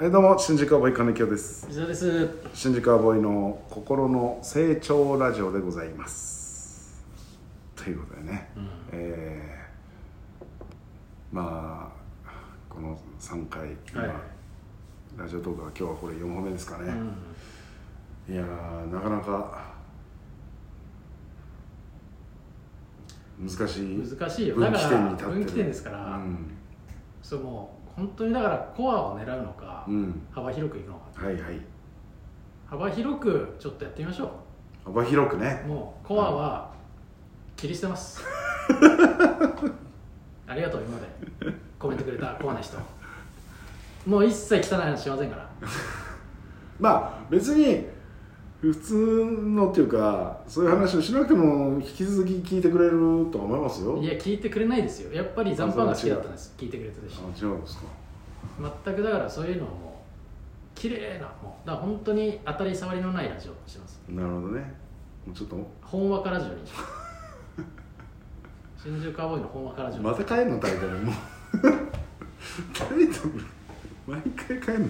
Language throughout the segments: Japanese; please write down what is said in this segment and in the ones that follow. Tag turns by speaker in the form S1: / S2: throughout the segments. S1: えどうも新宿アボイ金城です
S2: 水野です
S1: 新宿アボイの心の成長ラジオでございますということでね、えーまあこの3回、今
S2: はい
S1: ラジオトークは今日はこれ4本目ですか
S2: う
S1: ね、
S2: ん
S1: いやーなかなか難しい
S2: 難しいよだ
S1: 分
S2: か
S1: 岐
S2: ら
S1: 点に立ってる
S2: 分岐点ですから、
S1: うん、
S2: そうもう本当にだからコアを狙うのか、
S1: うん、
S2: 幅広くいくのか
S1: はいはい
S2: 幅広くちょっとやってみましょ
S1: 幅広く
S2: う
S1: ね
S2: もうコアは切り捨て ます、ありがとう今までコメントくれたコアな人もう一切汚い話しませんから
S1: まあ別に普通のっていうかそういう話をしなくても引き続き聞いてくれると思いますよ
S2: いや聞いてくれないですよやっぱり残飯が好きだったんです聞いてくれてるし
S1: あ違うんですか
S2: 全くだからそういうのはもう綺麗なもうだから本当に当たり障りのないラジオをします
S1: なるほどねもうちょっと
S2: ほんわかラジオ にします新宿アボーイのほんわかラジオ、
S1: また帰るのタイトルもうタイトル毎回帰るの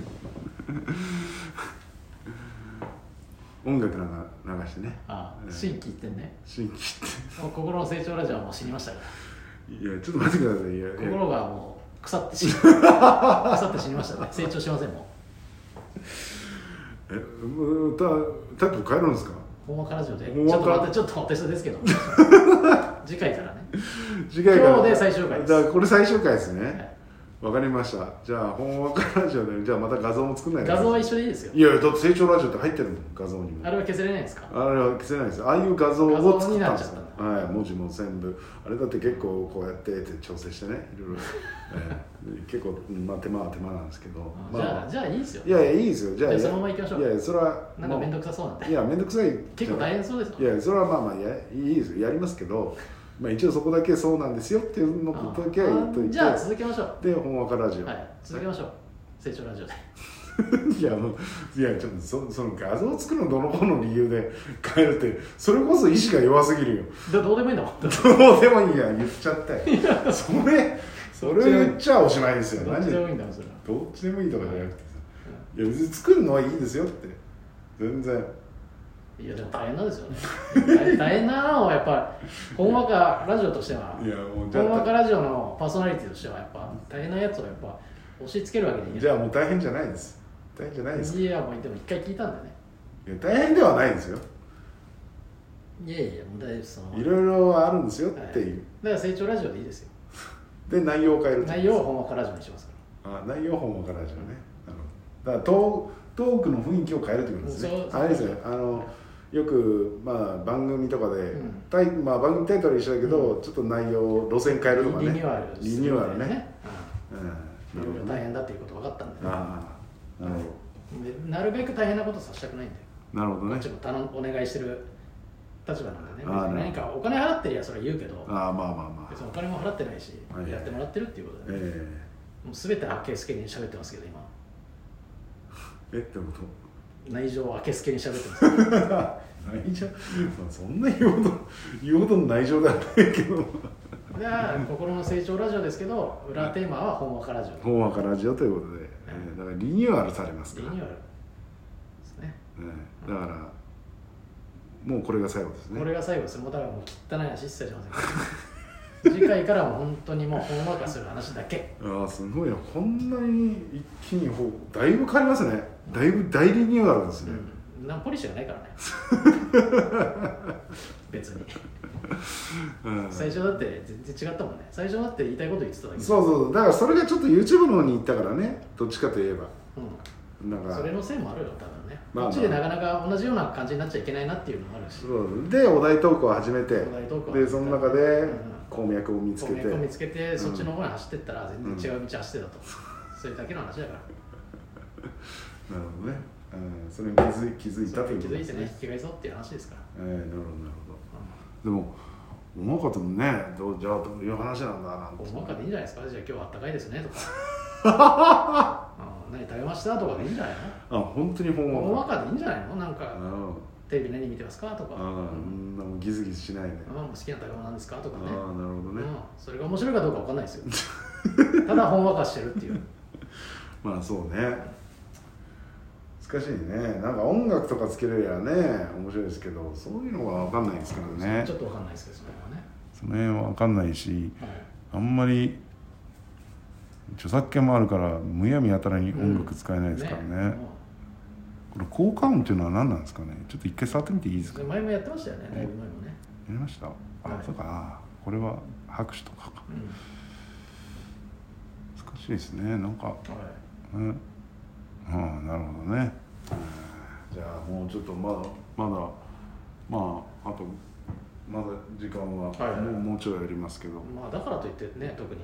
S1: 音楽なんか流してね
S2: ああ
S1: うん
S2: 新規言ってんね
S1: 新規っ
S2: もう心の成長ラジオはもう死にましたか
S1: ていやちょっと待ってくださいいやい
S2: ら
S1: や
S2: 心がもう腐って死 に腐って死にましたね成長しませんも
S1: えもう歌タイトル変えるんですか
S2: うほんわかラジオでち
S1: ほん
S2: ょ
S1: わ
S2: っ
S1: か
S2: と待ってちょっとお手数で すけど次回からね
S1: 次回から
S2: 今日で最終回です
S1: だからこれ最終回です
S2: は
S1: ね
S2: い
S1: わ、かりましたじゃあ本わかラジオでじゃあまた画像も作んないで
S2: 画像は一緒でいいですよ
S1: いやいやだって成長ラジオって入ってるもん画像にも
S2: あれは削れないんですか
S1: あれは消せないですああいう画像を作ったんです
S2: 画像になっちゃった
S1: はい文字も全部あれだって結構こうやってって調整してねい ろいろ、えー結構、まあ、手間は手間なんですけど
S2: あじゃ
S1: ま
S2: あ
S1: あ
S2: じゃあいいですよ
S1: いやいやいいですよじゃあ
S2: いやそのまま行きましょう
S1: いやいやそれは
S2: なんか面
S1: ま
S2: 倒くさそうなん
S1: あ
S2: で
S1: いや面倒くさい
S2: 結構大変そうですよ
S1: いやそれはまあまあやいいですよやりますけど、まあ、一応そこだけそうなんですよっていうの
S2: あ
S1: だけは言っといて
S2: じゃあ続けましょう
S1: で本わかラジオ、
S2: はい続けましょう成長ラジオで
S1: い、やもういやちょっとそその画像を作るのどの子の理由で変えるってそれこそ意志が弱すぎるよ
S2: どどうでもいいんだもんどっ
S1: どうでもいいや言っちゃったよそれそれ言っちゃおしまいですよ何
S2: ち
S1: で
S2: で
S1: ど
S2: もいいんだもんそれは
S1: っちでもいいとかじゃなくてさいや別に作るのはいいですよって全然
S2: いやでも大変なんですよね大大変なのはやっぱ りほんわかラジオとしてはい
S1: やもうじ
S2: ほ
S1: ゃ
S2: んわか
S1: あ
S2: ラジオのパーソナリティとしてはやっぱ大変なやつをやっぱ押し付けるわけにいけ
S1: じ
S2: な
S1: ゃあもう大変じゃないです大変じゃないです
S2: いいやもうでも一回聞いたんだよね
S1: いや大変ではないですよ
S2: いやいやもう大丈夫ですその
S1: いろいろあるんですよっ
S2: はい
S1: ていう、
S2: だから成長ラジオでいいですよ
S1: で内容を変える
S2: 内容はほんわかラジオにしますか
S1: あ内容本からじゃねなるほどだからトートークの雰囲気を変えるってことですね
S2: そうそう
S1: あれですねあのよく、まあ、番組とかで、
S2: ん
S1: タイまあ、番組タイトル一緒だけど、ちょっと内容路線変え
S2: ら
S1: るとかね
S2: リニューアル
S1: リニューアルねう
S2: う
S1: ん
S2: んいろいろ
S1: な
S2: 大
S1: る
S2: 変だっていうこと分かったん
S1: ほど
S2: でね
S1: ああなるほ
S2: でなるべく大変なことさせたくないんだよ
S1: どなるほど
S2: こっ
S1: ね
S2: ちも頼んお願いしてる立場なんでね
S1: あーなるほど
S2: 何かお金払ってりゃそれは言うけど
S1: ああまあまあまあ
S2: 別にお金も払ってないし、
S1: はいはい
S2: やってもらってるっていうことで、ね
S1: え
S2: もう全てあけすけに喋ってますけど今
S1: ええってこと
S2: 内情をあけすけに喋ってます
S1: 内情、まあ、そんな言うほど言うほどの内情ではないけ ど
S2: じゃあ心の成長ラジオですけど裏テーマは本わかラジオ
S1: 本話からラジオということで、えーだからリニューアルされますか
S2: リ
S1: ら
S2: ニューアルですね
S1: ねだからもうこれが最後ですね
S2: これが最後ですもうだからもう汚い話一切しませ んから次回からは本当にもうほんわかする話だけ
S1: ああすごいなこんなに一気にほうだいぶ変わりますねだいぶ大リニューアルですね、
S2: ナポリシーがないからね別に
S1: うん
S2: 最初だって全然違ったもんね最初だって言いたいこと言ってただけ
S1: そうそうだからそれがちょっと YouTube の方に行ったからねどっちかといえば
S2: う
S1: なん
S2: ん、
S1: か
S2: それのせいもあるよ多分ね、
S1: まあまあ
S2: こっちでなかなか同じような感じになっちゃいけないなっていうのもあるし
S1: そうでお題トークを始めて
S2: お題トークを
S1: でその中
S2: う
S1: で
S2: ん
S1: 鉱脈を見つけ
S2: こう
S1: て
S2: 脈を見つけてそっちの方に走ってったら全然違う道走ってたと、それだけの話だから
S1: なるほどね、うん、それに気づい気づい
S2: そ
S1: たと
S2: れ
S1: い
S2: に
S1: う
S2: 気
S1: こと
S2: づ
S1: で
S2: いて
S1: す
S2: ね
S1: ね、
S2: 引き返そうっていう話ですから、
S1: えー、なるほどなるほどでも思うかったもんねどうじゃあどういう話なんだなんて
S2: うん、おまかでいいんじゃないですかじゃあ今日はあったか いですねとかうん何食べましたとかでいいんじゃない
S1: あ本当にほん
S2: のお
S1: わ
S2: ま
S1: か
S2: かでいいんじゃないのなん
S1: あ
S2: か
S1: あ
S2: テレビ何見てますかとか、
S1: ああ
S2: う
S1: そ
S2: ん、
S1: んなもうギスギスしないね
S2: ママも好きな食べ物なんですかと
S1: あ
S2: か
S1: あ
S2: ね
S1: なるほど
S2: う
S1: ね
S2: ん、それが面白い かどうかわかんないですよただほんわかしてるっていう
S1: まあそうね難しいねなんか音楽とかつけれりゃね面白いですけどそういうのは分かんないですからね
S2: ちょっとわかんないですけどその辺はね、
S1: その辺は分かんないし
S2: はい
S1: あんまり著作権もあるからむやみやたらに音楽使えないですからね,、
S2: も
S1: これ効果音っていうのは何なんですかねちょっと一回触ってみていいですか
S2: う
S1: や
S2: 前もやってましたよねだいぶ前もね、
S1: りましたあ、
S2: はい
S1: そうかあこれは拍手とかか
S2: うん
S1: 難しいですねなんか
S2: はい
S1: うん、ああなるほどねじゃあもうちょっとまだまだまああとまだ時間は、
S2: はいはい
S1: もうもうちょいやりますけど
S2: まあだからといってね特に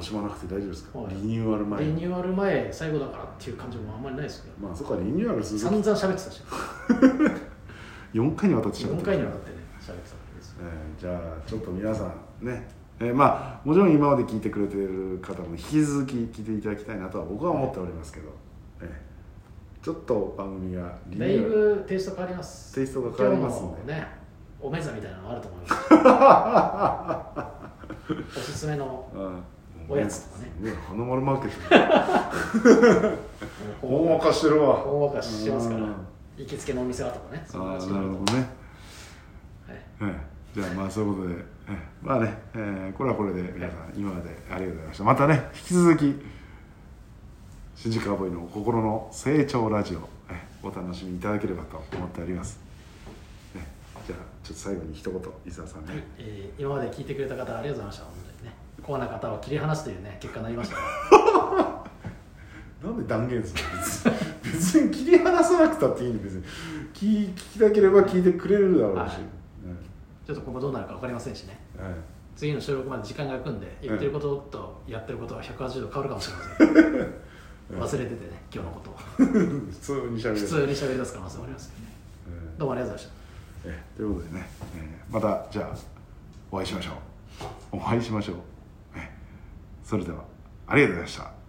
S1: 惜しまなくて大丈夫ですか、
S2: はい
S1: リニューアル前
S2: リニューアル前最後だからっていう感じもあんまりないですけど
S1: まあそっかリニューアルする
S2: 散々喋ってたし
S1: 4回にわたってしまっ
S2: 4
S1: た
S2: 回にわたってね喋ってたわけですよ
S1: えーじゃあちょっと皆さんね、えーまあもちろん今まで聞いてくれてる方も引き続き聞いていただきたいなとは僕は思っておりますけど、えーちょっと番組がリニ
S2: だ
S1: ュ
S2: い
S1: ーアル
S2: ぶテイスト変わります
S1: テイストが変わりますね
S2: 今日もねおめざみたいなのあると思います おすすめの
S1: うん
S2: おやつとかね
S1: すごい花丸マーケット大まかしてるわ
S2: 大まかしてますから
S1: うん
S2: 行きつけのお店はとかねそんな
S1: あ
S2: 感
S1: あ
S2: じ
S1: なるほどね、
S2: はい
S1: ええじゃあまあそういうことで、ええまあね、ええこれはこれで皆さん今までありがとうございましたまたね引き続き新宿アボイの心の成長ラジオ、ええお楽しみいただければと思っております、ええじゃあちょっと最後に一言伊沢さんね、
S2: はいえー今まで聞いてくれた方ありがとうございました本当にねコアな方を切り離すというね結果になりました ね
S1: なんで断言するの別に別に切り離さなくたっていいんで別に聞聞きたければ聞いてくれるだろうし、
S2: はいちょっとここどうなるか分かりませんしね
S1: ええええ
S2: 次の収録まで時間が空くんで言ってることとやってることは180度変わるかもしれま せん忘れててね今日のことを
S1: 普通にしゃべ
S2: 普
S1: る、
S2: 通に喋り出す可能性もありますけどね
S1: え
S2: どうもありがとうございました
S1: えええということでね、ええまたじゃあお会いしましょうお会いしましょう、ええそれではありがとうございました